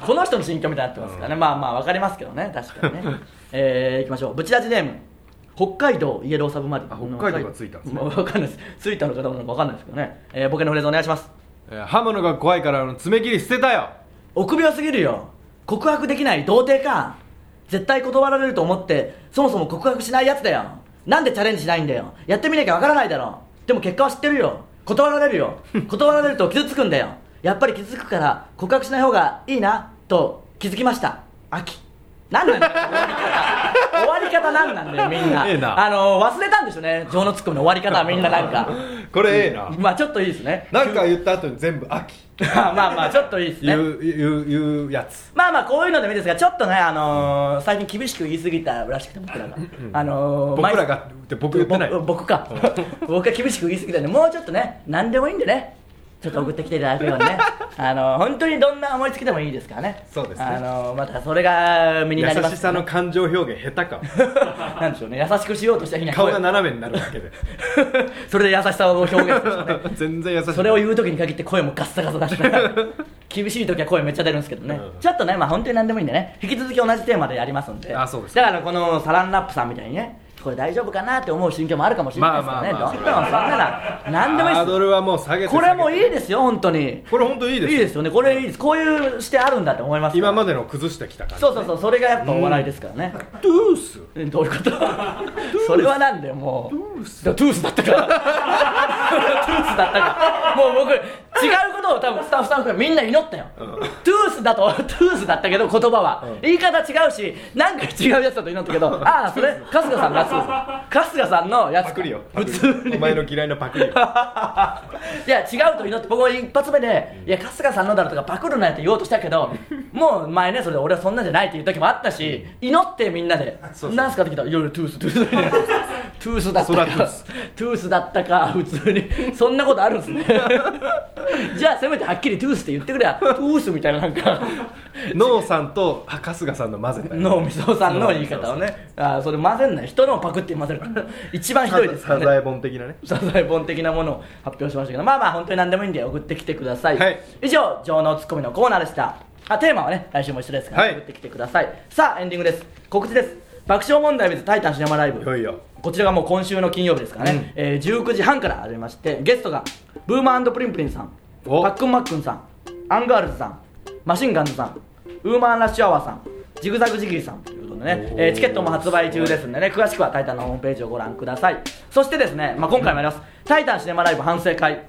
Speaker 1: この人の心境みたいになってますからね、まあまあわかりますけどね確 かにねえー、いきましょうブチラジネーム北海道イエローサブマリン
Speaker 2: あ北海道がついたんですね
Speaker 1: まあわかんないですついたのかどうなのかわかんないですけどね、えー、ボケのフレーズお願いします
Speaker 2: えー刃物が怖いからの爪切り捨てたよ
Speaker 1: 臆病すぎるよ告白できない童貞か絶対断られると思ってそもそも告白しないやつだよなんでチャレンジしないんだよやってみなきゃわからないだろでも結果は知ってるよ断られるよ断られると傷つくんだよやっぱり傷つくから告白しない方がいいなと気づきました秋何なんだよ終わり方終わり方何なんだよみんな
Speaker 2: ええな
Speaker 1: あの忘れたんでしょうね情のツッコミの終わり方はみんななんか
Speaker 2: これええな、
Speaker 1: まあちょっといいですね
Speaker 2: なんか言った後 に全部秋
Speaker 1: まあまあちょっといいですね
Speaker 2: 言う言う言うやつ
Speaker 1: まあまあこういうのでもいいですがちょっとね、あのー最近厳しく言い過ぎたらしくて僕らが、あのー
Speaker 2: 僕ら
Speaker 1: 毎
Speaker 2: がって僕言ってない
Speaker 1: 僕僕か僕が厳しく言い過ぎたんでもうちょっとね何でもいいんでねちょっと送ってきていただくようにねあのー本当にどんな思いつきでもいいですからね
Speaker 2: そうですね
Speaker 1: あのーまたそれが身に
Speaker 2: 優
Speaker 1: なります
Speaker 2: しさの感情表現下手か
Speaker 1: なんでしょうね優しくしようとした日には
Speaker 2: 顔が斜めになるだ けで
Speaker 1: それで優しさを表現する、ね、
Speaker 2: 全然優しい
Speaker 1: それを言う時に限って声もガッサガサ出して厳しい時は声めっちゃ出るんですけどね、
Speaker 3: うん
Speaker 1: ちょっとねまあ本当に何でもいいんでね引き続き同じテーマでやりますんで
Speaker 4: あそうです
Speaker 1: だからこのサランラップさんみたいにねこれ大丈夫かなって思う心境もあるかもしれないですけどね、
Speaker 4: まあまあまあ
Speaker 1: どんどんそんなら何でもいい
Speaker 2: ハー
Speaker 1: で
Speaker 2: ドルはもう下げて
Speaker 1: すこれも
Speaker 2: い
Speaker 1: いいですよ本当に
Speaker 3: これ本当いいです
Speaker 1: いいですよねこれいいですこういうしてあるんだって思います
Speaker 3: 今までの崩してきた感じ
Speaker 1: そうそうそうそれがやっぱお笑いですからね、
Speaker 3: トゥース
Speaker 1: えどういうことそれはなんでもうだトゥースだったからトゥースだったからもう僕違うことを多分スタッフさんからみんな祈ったよ、トゥースだとトゥースだったけど言葉は、言い方違うしなんか違うやつだと祈ったけどああそれ春日さんのやつ春日さんのやつ
Speaker 3: パクリよ
Speaker 1: 普通に
Speaker 3: お前の嫌いなパクリよ
Speaker 1: いや違うと祈って僕も一発目で「いや春日さんのだろ」とかパクるなやって言おうとしたけどもう前ねそれで俺はそんなんじゃないっていう時もあったし祈ってみんなで「なんすか?」って聞いたら「いろいろトゥーストゥース」トゥースだっ
Speaker 3: そ
Speaker 1: たか
Speaker 3: らトゥース
Speaker 1: トゥースだったか普通にそんなことあるんです ねじゃあせめてはっきりトゥースって言ってくれやトゥースみたいななんか
Speaker 2: ノーさんとあ春日さんの混ぜた
Speaker 1: 脳みそさんの言い方をねあーそれ混ぜんない人のをパクって混ぜるから一番ひどいですから
Speaker 2: サ
Speaker 1: ね
Speaker 2: ザエ本的なね
Speaker 1: サザエ本的なものを発表しましたけどまあまあ本当に何でもいいんで送ってきてください、
Speaker 3: はい
Speaker 1: 以上情のツッコミのコーナーでしたあテーマはね来週も一緒ですから、
Speaker 3: はい
Speaker 1: 送ってきてくださいさあエンディングです告知です爆笑問題 with タイタンシネマライブ
Speaker 3: いよいよ
Speaker 1: こちらがもう今週の金曜日ですからね、えー19時半から始めましてゲストがブーマープリンプリンさんパ
Speaker 2: お
Speaker 1: ックンマックンさんアンガールズさんマシンガンズさんウーマンラッシュアワーさんジグザグジギーさんということでね、えーチケットも発売中ですんでね詳しくは「タイタン」のホームページをご覧くださいそしてですね、まあ、今回もやります「タイタンシネマライブ反省会」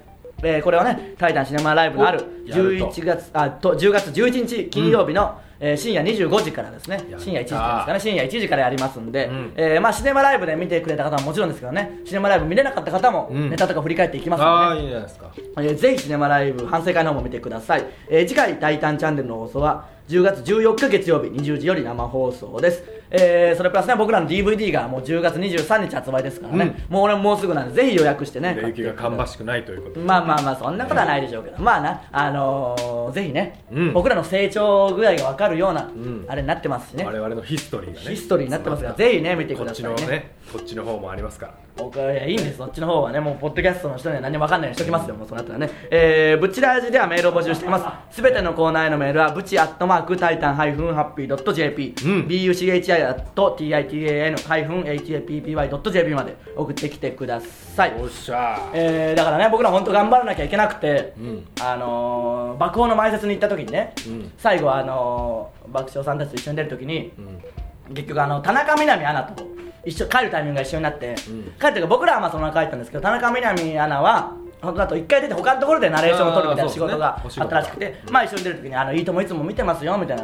Speaker 1: えーこれをね「タイタンシネマライブ」のある
Speaker 3: おやると
Speaker 1: 11月あと10月11日金曜日の、えー深夜25時からですね深夜1時からですかね深夜1時からやりますんで、えーまあ、シネマライブで見てくれた方はもちろんですけどねシネマライブ見れなかった方もネタとか振り返っていきます
Speaker 2: あ
Speaker 1: の
Speaker 2: あ
Speaker 1: で、
Speaker 2: いいじゃないですか
Speaker 1: えーぜひシネマライブ反省会の方も見てください、えー次回「タイタンチャンネル」の放送は10月14日月曜日20時より生放送です、えーそれプラスね僕らの DVD がもう10月23日発売ですからね、もう俺ももうすぐなんでぜひ予約してね
Speaker 3: 売れ行きが芳しくないということ
Speaker 1: まあまあまあそんなことはないでしょうけど、まあなあのーぜひね、
Speaker 3: うん
Speaker 1: 僕らの成長具合が分かるような、あれになってますしね
Speaker 3: 我々のヒストリーがね
Speaker 1: ヒストリーになってますがぜひね見て
Speaker 3: こ
Speaker 1: く
Speaker 3: っ
Speaker 1: だ
Speaker 3: ち
Speaker 1: さい
Speaker 3: の
Speaker 1: ね
Speaker 3: ねこっちの方もありますから
Speaker 1: 僕はいやいいんですそっちの方はねもうポッドキャストの人には何も分かんないようにしときますよもうその後はねえー、ブチラジではメールを募集していますすべてのコーナーへのメールはブチアットマークタイタンハイフンハッピードット JP、BUCHI アット TITAN ハイフン HAPPY ドット JP まで送ってきてください
Speaker 3: おっしゃ
Speaker 1: えーだからね僕ら本当頑張らなきゃいけなくて、あのー爆音の前説に行った時にね、最後はあのー爆笑さんたちと一緒に出る時に、結局あの田中みな実アナと一緒帰るタイミングが一緒になって、帰ってから僕らはまあそのまま帰ったんですけど田中みな実アナは本当だと一回出て他のところでナレーションを取るみたいな仕事が
Speaker 2: あーそう
Speaker 1: あった
Speaker 2: ですね
Speaker 1: らしくて、まあ一緒に出る時に「あのいいともいつも見てますよ」みたいな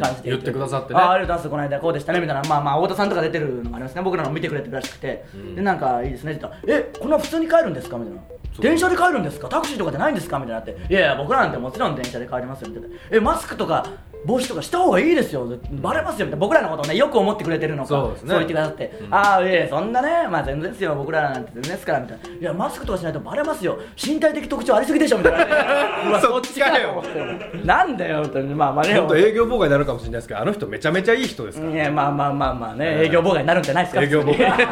Speaker 1: 感じで
Speaker 3: うん言ってくださってね
Speaker 1: あーありがとうございますこの間こうでしたねみたいなまあまあ太田さんとか出てるのがありますね僕らの見てくれてるらしくて、でなんかいいですねって言ったらえこの普通に帰るんですかみたいな電車で帰るんですかタクシーとかじゃないんですかみたいなっていやいや僕らなんてもちろん電車で帰りますよみたいなえマスクとか帽子とかした方がいいですよバレますよみたいな僕らのことをねよく思ってくれてるのか
Speaker 2: そうですね
Speaker 1: 言ってくださって、ああいやいやそんなねまあ全然ですよ僕らなんて全然ですからみたいないやマスクとかしないとバレますよ身体的特徴ありすぎでしょみたいなうわそっちかよなんだよみたいなまあまあね
Speaker 3: 本当営業妨害になるかもしれないですけどあの人めちゃめちゃいい人ですから
Speaker 1: いやまあまあまあまあね、
Speaker 3: うん
Speaker 1: 営業妨害になるんじゃないですか
Speaker 3: 営業妨害
Speaker 1: 害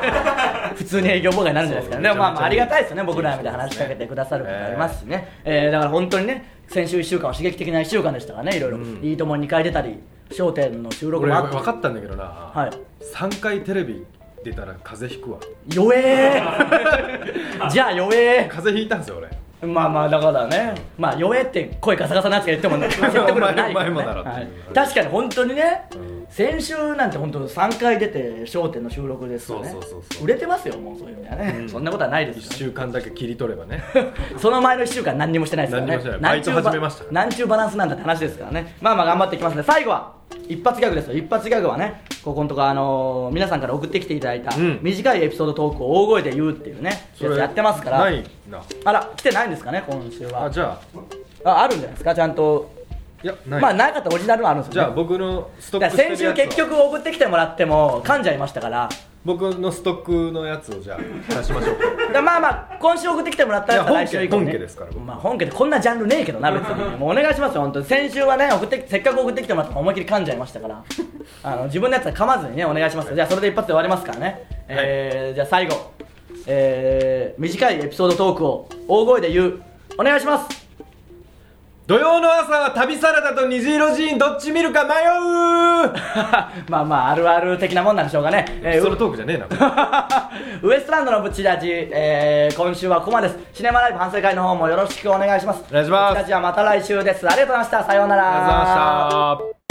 Speaker 1: 普通に営業妨害になるんじゃ ないですか、ね、でもまあまあありがたいですよね僕らみたいな話しかけてくださることありますしね、えーだから本当にね先週1週間は刺激的な1週間でしたからねいろいろ「いいとも!」2回出たり『笑点』の収録
Speaker 3: 俺
Speaker 1: もあっ
Speaker 3: 分
Speaker 1: た
Speaker 3: かったんだけどな、
Speaker 1: はい
Speaker 3: 3回テレビ出たら風邪ひくわ
Speaker 1: 弱え ーじゃあ弱え
Speaker 3: 風邪ひいたんですよ俺
Speaker 1: ーまあまあだからねまあ弱えって声ガサガサなやつが言っても ね説得力ないからね
Speaker 3: お前もだろっていう
Speaker 1: はい確かに本当にね、先週なんて本当3回出て『笑点』の収録ですよね
Speaker 3: そうそうそうそう
Speaker 1: 売れてますよもうそういう意味ではね、そんなことはないですよ
Speaker 3: 1週間だけ切り取ればね
Speaker 1: その前の1週間何にもしてないですからね
Speaker 3: 何にもしてない
Speaker 1: 何ちゅう
Speaker 3: バイト始めましたから
Speaker 1: 何ちゅうバランスなんだって話ですからねまあまあ頑張っていきますね最後は一発ギャグですよ一発ギャグはねここのとこあのー皆さんから送ってきていただいた
Speaker 3: ん
Speaker 1: 短いエピソードトークを大声で言う っていうねやつやってますから
Speaker 3: ないな
Speaker 1: あら来てないんですかね今週は
Speaker 3: あじゃあ
Speaker 1: ああるんじゃないですかちゃんと
Speaker 3: いやない、
Speaker 1: まあなかったオリジナルもあるんです
Speaker 3: じゃ
Speaker 1: よ
Speaker 3: あ
Speaker 1: ね
Speaker 3: 僕のスト
Speaker 1: だか
Speaker 3: ッ
Speaker 1: ら
Speaker 3: クしてるやつ
Speaker 1: 先
Speaker 3: を
Speaker 1: 週結局送ってきてもらっても噛んじゃいましたから
Speaker 3: 僕のストックのやつをじゃあ出しましょうか
Speaker 1: だからまあまあ今週送ってきてもらったやつはい
Speaker 3: や
Speaker 1: 来週以降、ね、
Speaker 3: 本家本家ですから僕
Speaker 1: まあ、本家でこんなジャンルねえけどな別 にもうお願いしますよ本当に先週はね送ってせっかく送ってきてもらったの思いっきり噛んじゃいましたからあの自分のやつは噛まずにねお願いしますよじゃあそれで一発で終わりますからね、えーじゃあ最後、 えー短いエピソードトークを大声で言うお願いします
Speaker 2: 土曜の朝は旅サラダと虹色ジーンどっち見るか迷う
Speaker 1: まあまああるある的なもんなんでしょうかね、 えー
Speaker 2: そのトークじゃね えなこれ
Speaker 1: ウエストランドのブチラジ、えー今週はここまでですシネマライブ反省会の方もよろしくお願いします
Speaker 2: お願いしま
Speaker 1: ブ
Speaker 2: す
Speaker 1: チラジはまた来週ですありがとうございましたさようなら
Speaker 2: ありがとうございました